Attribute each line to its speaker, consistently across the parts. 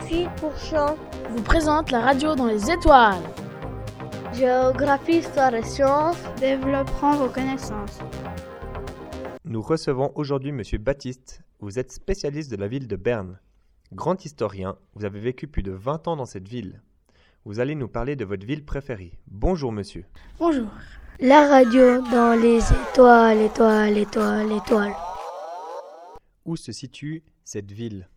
Speaker 1: d'Epsetuit-Pourchant.
Speaker 2: vous présente la radio dans les étoiles.
Speaker 1: Géographie, histoire et sciences.
Speaker 3: Développeront vos connaissances.
Speaker 4: Nous recevons aujourd'hui Monsieur Baptiste. Vous êtes spécialiste de la ville de Berne. Grand historien, vous avez vécu plus de 20 ans dans cette ville. Vous allez nous parler de votre ville préférée. Bonjour monsieur.
Speaker 3: Bonjour.
Speaker 1: La radio dans les étoiles, étoiles, étoiles, étoiles.
Speaker 4: Où se situe cette ville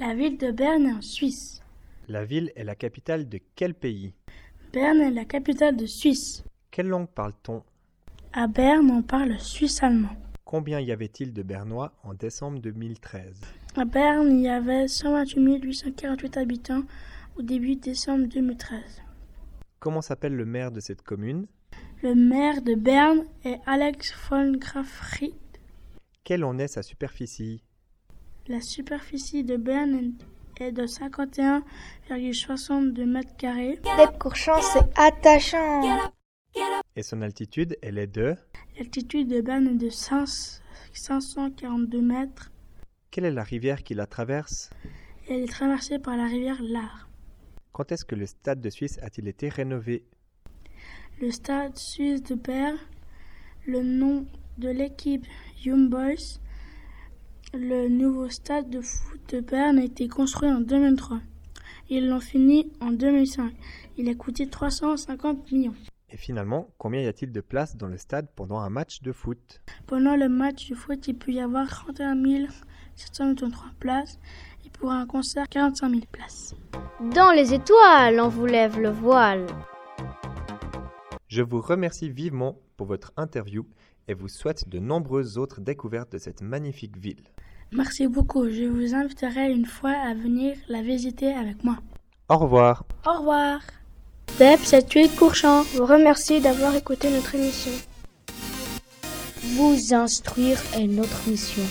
Speaker 3: La ville de Berne est en Suisse.
Speaker 4: La ville est la capitale de quel pays
Speaker 3: Berne est la capitale de Suisse.
Speaker 4: Quelle langue parle-t-on
Speaker 3: À Berne, on parle suisse-allemand.
Speaker 4: Combien y avait-il de Bernois en décembre 2013
Speaker 3: À Berne, il y avait 128 848 habitants au début décembre 2013.
Speaker 4: Comment s'appelle le maire de cette commune
Speaker 3: Le maire de Berne est Alex von Grafried.
Speaker 4: Quelle en est sa superficie
Speaker 3: La superficie de Berne est de 51,62 mètres carrés.
Speaker 1: Dep-Courchant, c'est attachant.
Speaker 4: Et son altitude, elle est de
Speaker 3: L'altitude de Berne est de 5 542 mètres.
Speaker 4: Quelle est la rivière qui la traverse
Speaker 3: et Elle est traversée par la rivière Lar.
Speaker 4: Quand est-ce que le stade de Suisse a-t-il été rénové
Speaker 3: Le stade suisse de Berne, le nom de l'équipe Young Boys, le nouveau stade de foot de Berne a été construit en 2003. Ils l'ont fini en 2005. Il a coûté 350 millions.
Speaker 4: Et finalement, combien y a-t-il de places dans le stade pendant un match de foot
Speaker 3: Pendant le match du foot, il peut y avoir 31 783 places et pour un concert, 45 000 places.
Speaker 5: Dans les étoiles, on vous lève le voile.
Speaker 4: Je vous remercie vivement pour votre interview et vous souhaite de nombreuses autres découvertes de cette magnifique ville.
Speaker 3: Merci beaucoup. Je vous inviterai une fois à venir la visiter avec moi.
Speaker 4: Au revoir
Speaker 3: Au revoir.
Speaker 1: Dep, c'est Courchant. Vous remercie d'avoir écouté notre émission.
Speaker 5: Vous instruire est notre mission.